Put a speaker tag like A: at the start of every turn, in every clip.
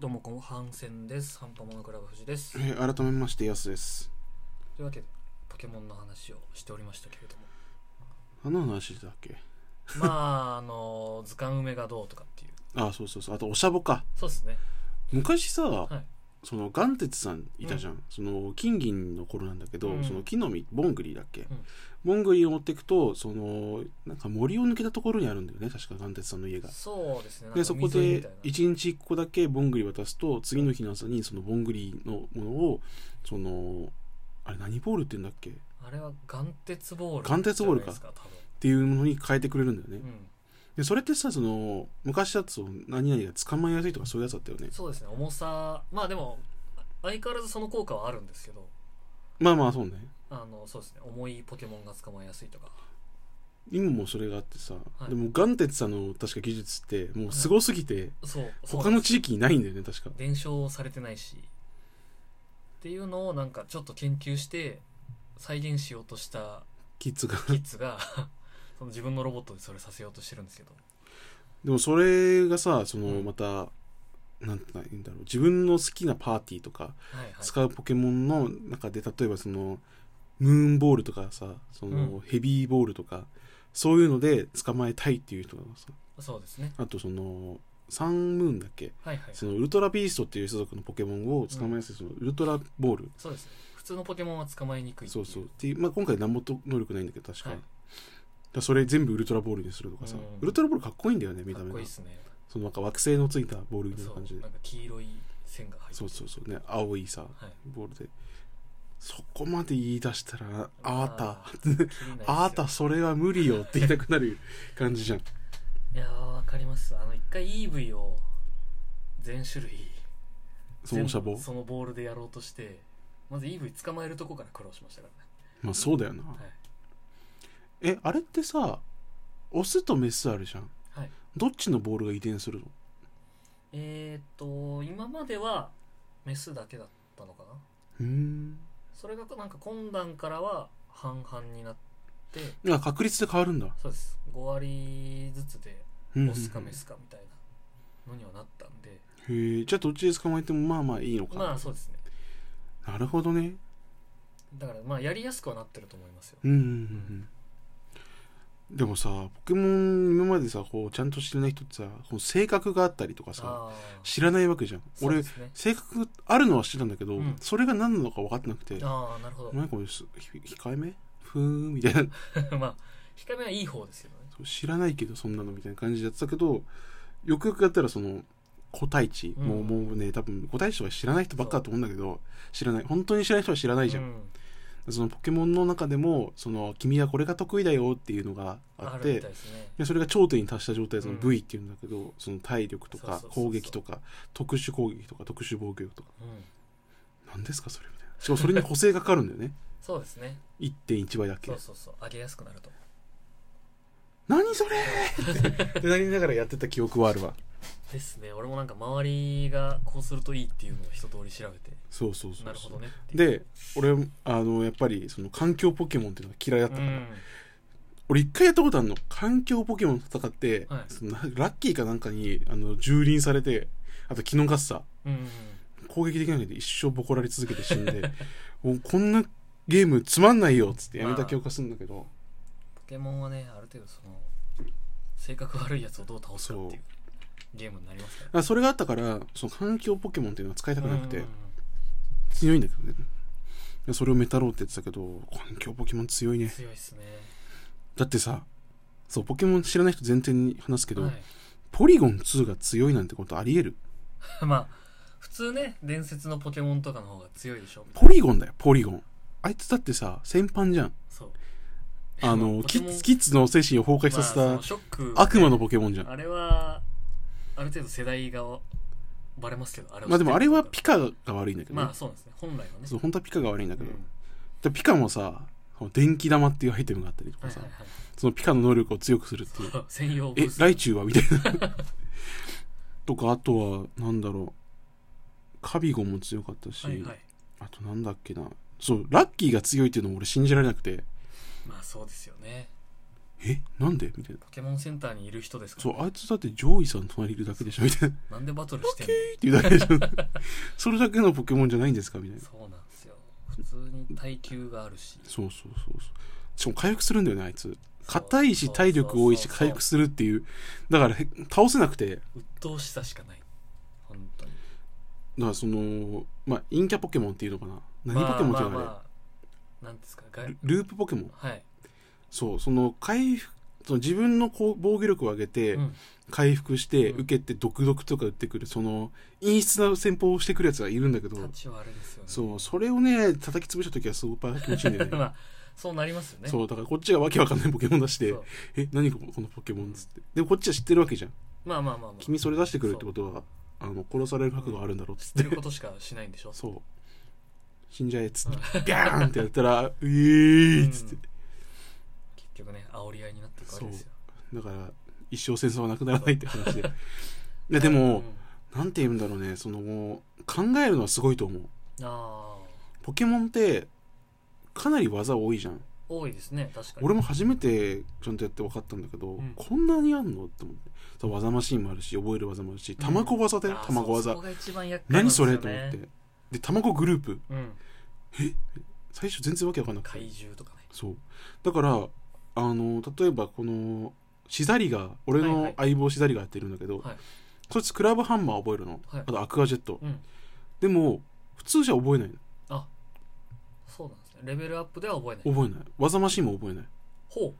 A: どうも後半戦です。半端モノクラブ藤です。
B: えー改めまして、やすです。
A: というわけで、ポケモンの話をしておりましたけれども。
B: 何の話だっけ
A: まあ、あの、図鑑埋めがどうとかっていう。
B: あ、そうそうそう。あと、おしゃぼか。
A: そうですね。
B: 昔さ、
A: い
B: その、ガンテツさんいたじゃん。その、金銀の頃なんだけど、
A: うん
B: その、木の実、ボングリーだっけ、
A: ん
B: ボングリーを持っていくと、その、なんか森を抜けたところにあるんだよね。確か、ガンテツさんの家が。
A: そうですね。なん
B: で、
A: か
B: そこ
A: 湖みた
B: で
A: いな、
B: 一日一個だけボングリー渡すと、次の日の朝に、その、ボングリーのものを、その、あれ、何ボールって言うんだっけっ
A: あれは眼鉄ボール。
B: 眼鉄ボールか
A: じゃないです多分
B: ていうものに変えてくれるんだよね。
A: うん。
B: でそれってさその昔だとその何々が捕まえやすいとかそういうやつだったよね
A: そうですね。重さ、まあでも、相変わらずその効果はあるんですけど、
B: まあまあそうね
A: あの、そうですね。重いポケモンが捕まえやすいとか。
B: 今もそれがあってさ、
A: はい
B: でもガンテツさんの確か技術ってもうすごすぎて
A: そう。そう
B: 他の地域にないんだよね確か
A: 伝承されてないしっていうのをなんかちょっと研究して再現しようとした
B: キッズが
A: キッズが その自分のロボットでそれさせようとしてるんですけど
B: でもそれがさその
A: うん
B: また、なんて言うんだろう自分の好きなパーティーとか
A: はいはい
B: 使うポケモンの中で例えばそのムーンボールとかさその、
A: う
B: ヘビーボールとかそういうので捕まえたいっていう人がさ
A: そうですね
B: あとそのサンムーンだっけ
A: はいはい
B: そのウルトラビーストっていう種族のポケモンを捕まえやすい、そのウルトラボール、
A: そうですね普通のポケモンは捕まえにくいって
B: そ
A: いう
B: そうっていう、まあ、今回なんもと能力ないんだけど確か,、
A: はい
B: だからそれ全部ウルトラボールにするとかさ、
A: うん
B: ウルトラボールかっこいいんだよね見た
A: かっ
B: 目
A: こ
B: が
A: いいですね
B: そのなんか惑星のついたボールみたいな
A: そう
B: 感じで
A: なんか黄色い線が入って
B: そうそうそうね青いさ
A: はい
B: ボールでそこまで言い出したらあーた
A: 切れないですよ
B: あーたそれは無理よって言いたくなる感じじゃん
A: いやーわかりますあの一回 EV を全種類
B: そのおしゃ
A: 全
B: ぼ
A: 部そのボールでやろうとしてまず EV 捕まえるとこから苦労しましたからね
B: まあそうだよな、
A: い
B: えあれってさオスとメスあるじゃん、
A: はい
B: どっちのボールが遺伝するの
A: えっ、と今まではメスだけだったのかな
B: うーん
A: それがなんか今段からは半々になって
B: いや確率で変わるんだ
A: そうです5割ずつでオスかメスかみたいなのにはなったんで
B: うんうんへえじゃあどっちで捕まえてもまあまあいいのか、
A: まあそうですね
B: なるほどね
A: だからまあやりやすくはなってると思いますよ
B: うんうんうんうんでもさポケモン今までさこうちゃんと知らない人ってさこう性格があったりとかさ
A: ああ
B: 知らないわけじゃん
A: そうで
B: 俺
A: すね
B: 性格あるのは知ってたんだけど、
A: うん
B: それが何なのか分かってなくて
A: ああなるほ
B: なんかこれすひ控えめふーんみたいな
A: ど まあ控えめはいい方ですよね
B: そう知らないけどそんなのみたいな感じでやってたけどよくよくやったらその個体値、
A: うん
B: もうもうね多分個体値とか知らない人ばっかだと思うんだけど知らない本当に知らない人は知らないじゃん
A: うん
B: そのポケモンの中でもその君はこれが得意だよっていうのがあ
A: あるみ
B: って
A: たいですね
B: でそれが頂点に達した状態でその
A: うん
B: V っていうんだけど、その体力と
A: そう
B: か
A: そうそうそう
B: 攻撃とか特殊攻撃とか特殊防御力とか
A: うん
B: 何ですかそれみたいなしかもそれに補正がかかるんだよ ね
A: そうですね
B: 1.1倍だっけ
A: そうそうそう上げやすくなると
B: 何それってなりながらやってた記憶はあるわ
A: ですね俺もなんか周りがこうするといいっていうのを一通り調べて
B: そうそうそうそう
A: なるほどねっていう
B: で俺あのやっぱりその環境ポケモンっていうのが嫌いだった
A: う
B: から、
A: ん
B: 俺一回やったことあるの環境ポケモンと戦って、
A: はい
B: そのラッキーかなんかにあの蹂躙されてあと気のガッサ
A: うんうん
B: 攻撃できないで一生ボコられ続けて死 んでもうこんなゲームつまんないよっつってやめた記憶がするんだけど、
A: ポケモンはねある程度その性格悪いやつをどう倒すかっていうゲームになりますから
B: あそれがあったからその環境ポケモンっていうのは使いたくなくて、
A: うんうん
B: 強いんだけどねでそれをメタローって言ってたけど環境ポケモン強い
A: うん
B: ね
A: 強いっすね
B: だってさそうポケモン知らない人前提に話すけど、
A: は
B: ポリゴン2が強いなんてことありえる
A: い まあ普通ね伝説のポケモンとかの方が強いでしょみたいな
B: ポリゴンだよポリゴンあいつだってさ先般じゃん
A: そうま
B: あの
A: ポ
B: キ
A: ケモ
B: ッ
A: ン
B: ズキッズの精神を崩壊
A: まあ
B: させ
A: その
B: た
A: ショック
B: 悪魔のポケモンじゃん
A: あれはある程度世代がバレますけどあれを
B: まあでもあれは
A: 知って
B: ピカが悪いんだけ
A: る
B: どね、
A: まあそうなんですね本来はね
B: そう本当はピカが悪いんだけど、
A: うん
B: でピカもさこの電気玉っていうアイテムがあったりとか
A: はい
B: さ、
A: はいはい
B: そのピカの能力を強くするっていう
A: 専用ブ
B: え
A: ース
B: ライチュウはみたいな とかあとはなんだろうカビゴンも強かったし、
A: はいはい
B: あとなんだっけなそうラッキーが強いっていうのも俺信じられなくて
A: まあそうですよね
B: えなんでみたいな
A: ポケモンセンターにいる人ですか
B: そ
A: ら、
B: うあいつだって上位さんの隣いるだけでしょみたいな
A: なんでバトルしてんの
B: えーって言 うだけでしょそれだけのポケモンじゃないんですかみたいな
A: そうなんですよ普通に耐久があるし
B: そうそうそうそうしかも回復するんだよねあいつ硬いし
A: そう
B: 体力多いし
A: そうそうそう
B: 回復するっていうだからへ倒せなくてだ
A: 鬱陶しさしかない本当に
B: からそのまあ陰キャポケモンっていうのかな何ポケモンってい
A: まあ
B: うのかね、
A: まあまあなんですかが
B: ルループポケモン
A: はい、
B: そうその回復その自分のこう防御力を上げて
A: うん
B: 回復して
A: うん
B: 受けて毒毒とか打ってくるその陰湿な戦法をしてくるやつがいるんだけど
A: タッチはあれですよね
B: そうそれをね叩き潰した時はスーパー気持ちいいんだよね
A: まあそうなりますよね
B: そうだからこっちがわけわかんないポケモン出して
A: そう
B: 「え何このポケモン」っつってでもこっちは知ってるわけじゃん
A: まあまあまあまあ
B: 君それ出してくるってことはあの殺される覚悟があるんだろうっつ
A: 知っ
B: ってて
A: ることしかしないんでしょ
B: そう死んじゃえっつって
A: うん
B: ビャーンってやったら「うえー
A: うん
B: っつって
A: 結局ね煽り合いになっていくわけですよ
B: だから一生戦争はなくならないって話 でいやでも、
A: うん
B: なんて言うんだろうねそのもう考えるのはすごいと思う
A: ああ
B: ポケモンってかなり技多いじゃん
A: 多いですね確かに
B: 俺も初めてちゃんとやって分かったんだけど、
A: うん
B: こんなにあんのって思ってそう技マシーンもあるし覚える技もあるし卵技だよ
A: あー
B: 卵
A: そう
B: 技、
A: そこが一番厄介なん
B: 何
A: です
B: そ
A: よ
B: れ、
A: ね
B: と思ってで卵グループ
A: うん
B: 最初全然わけわかんなくて
A: 怪獣とかね
B: そうだからあの例えばこのシザリが俺
A: はいは
B: の
A: い
B: 相棒シザリがやってるんだけど、
A: はい
B: そいつクラブハンマー覚えるの、
A: はい
B: あとアクアジェット、
A: うん
B: でも普通じゃ覚えないの
A: そうなんですねレベルアップでは覚えない
B: 覚えない技マシーンも覚えない
A: ほ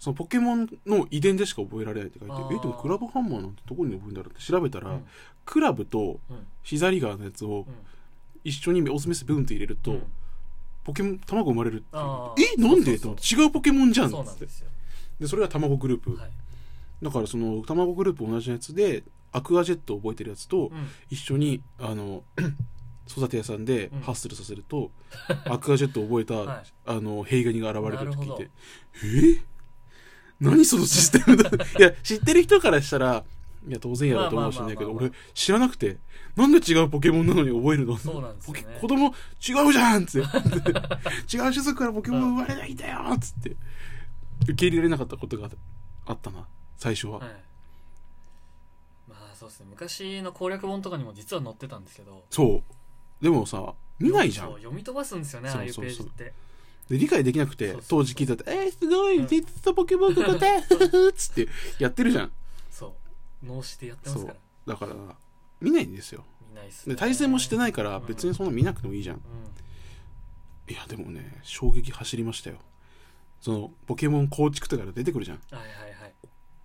B: そのポケモンの遺伝でしか覚えられないって書いて
A: あー
B: えでもクラブハンマーなんてどこに覚えるんだろうって調べた
A: う、
B: ら、
A: うん
B: クラブと
A: うん
B: シザリガーのやつを
A: うん
B: 一緒にオスメスブンって入れると、
A: うん
B: ポケモン卵生まれるっていう
A: あー
B: えなんで
A: そ
B: と
A: うそうそう
B: 思って違うポケモンじゃん
A: そう
B: っ
A: な
B: つっ
A: ん
B: て
A: ですよ
B: でそれが卵グループ、
A: はい
B: だからその卵グループ同じやつでアクアジェットを覚えてるやつと
A: うん
B: 一緒に あの育て屋さんで
A: うん
B: ハッスルさせると、アクアジェットを覚えた、
A: はい
B: あのヘイガニが現れると聞い
A: なる
B: てえ何そのシステ ムだいや知ってる人からしたらいや当然やろうと思うかもしれないけど
A: まあまあまあまあ
B: 俺知らなくてなんで違うポケモンなのに覚えるの
A: そうなんですよね
B: ポケ子供違うじゃんっつって 違う種族からポケモン生まれないんだよっつって受け入れられなかったことがあったな最初は、
A: はいまあそうですね昔の攻略本とかにも実は載ってたんですけど
B: そうでもさ見ないじゃ
A: そうん読み飛ばすんですよね
B: そう
A: ああいう
B: そ
A: ペ
B: う
A: ー
B: そ
A: ジっ
B: う
A: て
B: で理解できなくて
A: そうそう
B: 当時聞いたって「えー、すご
A: う
B: い
A: ん
B: 実とポケモンここだ!」 っつってやってるじゃん
A: そう脳死でやってますから
B: だから見ないんですよ
A: 見ないっすね
B: で対戦もしてないから
A: うん
B: 別にそんな見なくてもいいじゃん
A: うん
B: いやでもね衝撃走りましたよそのポケモン構築とかから出てくるじゃん
A: はいはいはい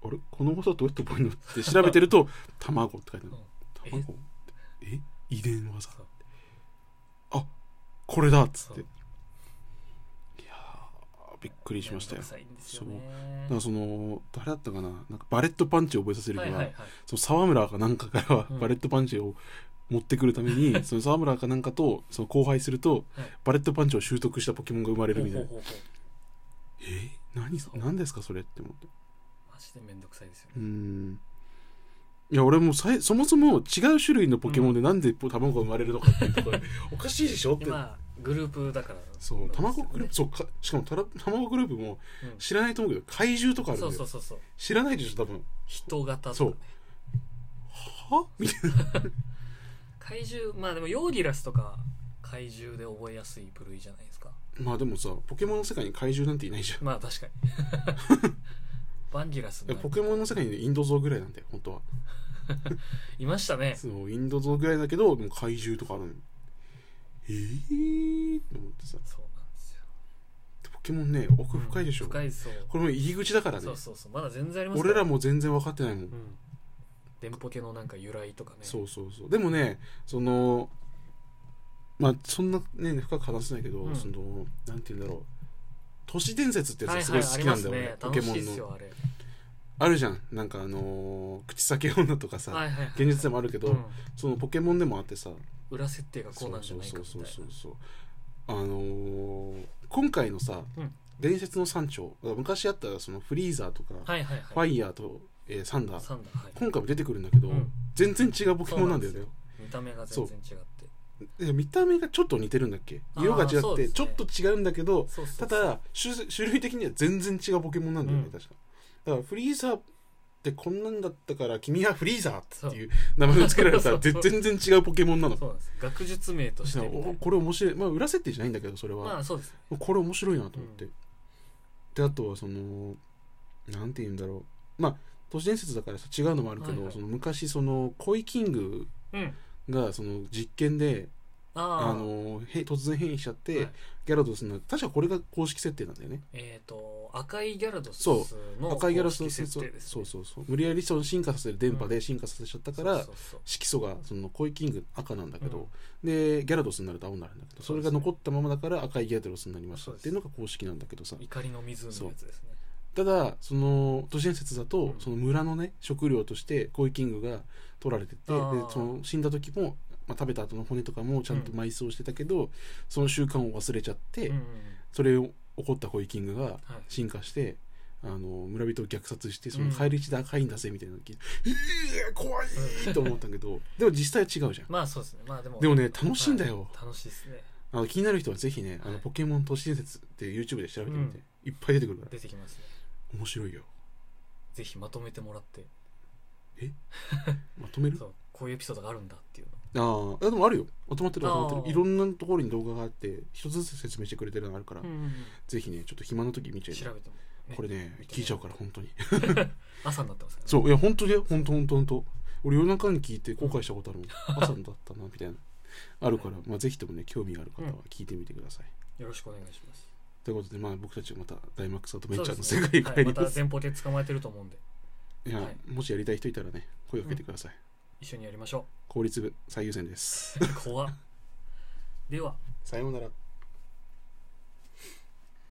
B: あれこの技どうやって覚えるのって調べてると 「卵」って書いてある
A: うん
B: 卵え遺伝技
A: そう
B: これだっつっ
A: そ
B: ていやーびっくりしましたよ
A: めんどくさいんですよね
B: だからその誰だったかななんかバレットパンチを覚えさせるに
A: はい
B: は、
A: はいはい
B: その沢村かなんかからは
A: うん
B: バレットパンチを持ってくるため に、その沢村かなんかとその交配すると、
A: はい
B: バレットパンチを習得したポケモンが生まれるみたいな、
A: ほうほうほうほ
B: え何そ
A: そう
B: 何ですかそれって思って
A: うマジでめんどくさいですよ
B: う
A: ね
B: んいや俺もさいそもそも違う種類のポケモンでなんで卵が生まれるのかっていうところ おかしいでしょって
A: 今グループだから
B: そう卵グループ
A: プ
B: そうかしかもたら卵グループも知らないと思うけど怪獣とかあるんだ
A: そ
B: よ
A: うそうそうそう
B: 知らないでしょ多分
A: 人型とかね
B: そうはみたいな
A: 怪獣まあでもヨーギラスとか怪獣で覚えやすい部類じゃないですか
B: まあでもさポケモンの世界に怪獣なんていないじゃん
A: まあ 確かにバンギラス
B: いや
A: も
B: ポケモンの世界にインド像ぐらいなんだよ本当はい
A: ましたね
B: そうインド像ぐらいだけどでも怪獣とかあるのええー、って思ってさ
A: そうなんですよ
B: ポケモンね奥深いでしょ、
A: 深いそう
B: これも入り口だからね
A: そうそうそうまだ全然あります
B: 俺ら
A: も
B: も全然分かってないもん、
A: うん電ポケのなんか由来とかね
B: そうそうそうでもねそのまあそんなね深く話せないけど、
A: うん
B: そのなんて言うんだろう都市伝説ってやつ
A: は
B: が
A: いは
B: すご
A: い
B: い
A: あ
B: 好き
A: りま
B: なんだ
A: す
B: よね、
A: ね
B: ポ
A: 楽
B: ケ
A: し
B: モ
A: い
B: ン
A: です
B: の
A: よあれ
B: あるじゃんなんかあのー口先女とかさ、
A: はいはいはい
B: 現実でもあるけど、
A: うん
B: そのポケモンでもあってさ
A: 裏設定がこ
B: そう
A: な
B: うん
A: じゃ
B: そう
A: ないか
B: そう
A: みた
B: そ
A: いうな
B: そうそうあのー今回のさ、
A: うん
B: 伝説の山頂昔あったそのフリーザーとか、
A: はいはい
B: フ
A: はい
B: ァイヤーと、えーサンダー
A: サンダーはい
B: 今回も出てくるんだけど、
A: うん
B: 全然違うポケモンなんだよね
A: 見た目が全然違って
B: え見た目がちょっと似てるんだっけ
A: あー
B: 色が違っ
A: そうで
B: て
A: すね
B: ちょっと違うんだけど、
A: そうそ
B: た
A: うそう
B: だ種種類的には全然違うポケモンなんだよね、
A: うん
B: 確かだからフリーザーってこんなんだったから君はフリーザーっていう名前を付けられたら
A: そう
B: ぜ全然違うポケモンなの
A: そうなんです学術名としてみたいな
B: おこれ面白いまあ裏設定じゃないんだけどそれは、
A: まあそうですね
B: これ面白いなと思って、であとはそのなんて言うんだろうまあ都市伝説だからさ違うのもあるけど、
A: はいはい
B: その昔そのコイキング
A: うん
B: がその実験で
A: あ
B: あ
A: あ
B: のへ突然変異しちゃって、
A: はい
B: ギャラドスの確かこれが公式設定なんだよね
A: えっ、と赤いギャラドス
B: そ
A: の
B: 赤いギャラスの
A: 公式
B: 説
A: 設
B: を
A: 定です、
B: そう
A: ね、
B: そうそう無理やりその進化させる電波で進化させちゃったから、
A: そうそう
B: 色素がそのコイキング赤なんだけど、でギャラドスになると青になるんだけどそれが残ったままだから赤いギャラドスになりましたっていうのが公式なんだけどさ
A: そう怒りの湖のやつですね
B: ただその都市伝説だと、
A: うん
B: その村のね食料としてコイキングが取られてて
A: あ
B: で
A: ー
B: その死んだ時も、まあ、食べた後の骨とかもちゃんと
A: うん
B: 埋葬してたけど、その習慣を忘れちゃって、
A: うんうん
B: それを怒ったコイキングが
A: はい
B: 進化して、あの村人を虐殺してそうの
A: ん
B: 帰り血だ赤いんだぜみたいな時、ええ怖いと思ったけどでも実際は違うじゃん
A: まあそうですねまあでも
B: でもね楽しいんだよ
A: はい楽しいですね
B: あの気になる人はぜひね「あの
A: はい
B: ポケモン都市伝説」って YouTube で調べてみ
A: う
B: て、
A: ん
B: いっぱい出てくるから
A: 出てきますね
B: 面白いよ
A: ぜひまとめてもらって
B: まとめる
A: そうこういうエピソードがあるんだっていうの
B: ああでもあるよまとまってるまとまってるい
A: あ
B: ろんなところに動画があって一つずつ説明してくれてるのがあるから、
A: うんうんうん
B: ぜひねちょっと暇な時見ちゃい
A: 調べてもね
B: これね
A: 見てね
B: 聞いちゃうから本当に
A: 朝になってますからね
B: そういや本当ね本当本当本当俺夜中に聞いて後悔したことあるもん朝だったなみたいなあるから、まあ、ぜひともね興味がある方は聞いてみてください、
A: よろしくお願いします
B: ということでまあ僕たちまた大マックスアドベン
A: そう
B: チャ
A: で
B: ーの
A: す
B: 世
A: ね
B: 界に帰り
A: はい、
B: ま
A: ますた前方で捕まえてると思うんで
B: いや、
A: はい
B: もしやりたい人いたらね声をかけてください、
A: 一緒にやりましょ
B: 効率部最優先です
A: う怖っでは
B: さようなら